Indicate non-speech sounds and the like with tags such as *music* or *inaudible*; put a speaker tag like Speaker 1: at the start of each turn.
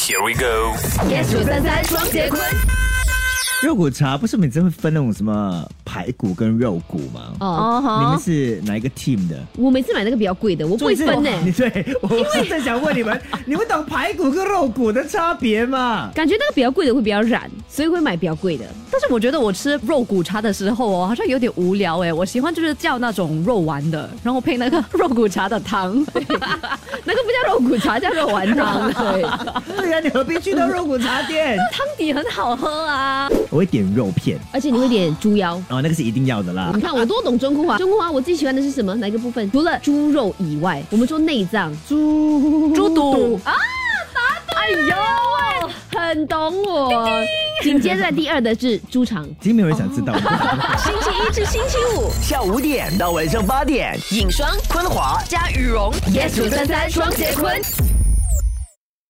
Speaker 1: Here we go。
Speaker 2: yes 九三三双节棍。
Speaker 3: 肉骨茶不是每次会分那种什么排骨跟肉骨吗？
Speaker 2: 哦，
Speaker 3: 你们是哪一个 team 的？
Speaker 2: 我每次买那个比较贵的，我不会分呢、
Speaker 3: 你 *laughs* 对，我是正想问
Speaker 2: *laughs*
Speaker 3: 你们，你们懂排骨跟肉骨的差别吗？
Speaker 2: 感觉那个比较贵的会比较染，所以会买比较贵的。
Speaker 4: 但是我觉得我吃肉骨茶的时候哦，好像有点无聊哎。我喜欢就是叫那种肉丸的，然后配那个肉骨茶的
Speaker 2: *laughs*
Speaker 4: 汤。
Speaker 2: 那个不叫肉骨茶，叫肉丸汤。 *laughs* 对，
Speaker 3: 对呀，你何必去到肉骨茶
Speaker 2: *laughs*
Speaker 3: 店？
Speaker 4: 汤底很好喝啊，
Speaker 3: 我会点肉片，
Speaker 2: 而且你会点猪腰。
Speaker 3: 哦，那个是一定要的啦
Speaker 2: 你。看我多懂中国 *laughs* 话，中国话我最喜欢的是什么？哪一个部分？除了猪肉以外，我们说内脏，猪
Speaker 4: 猪肚
Speaker 2: 啊，答对了，哎呦喂，很懂我。紧接着第二的是猪肠，
Speaker 3: 其实没有人
Speaker 2: *laughs*
Speaker 3: 想知道。 *laughs*
Speaker 5: 啊星期一至星期五
Speaker 6: 下午五点到晚上八点。
Speaker 5: 影双
Speaker 6: 昆华
Speaker 5: 加羽绒
Speaker 2: yes 九三三双节棍。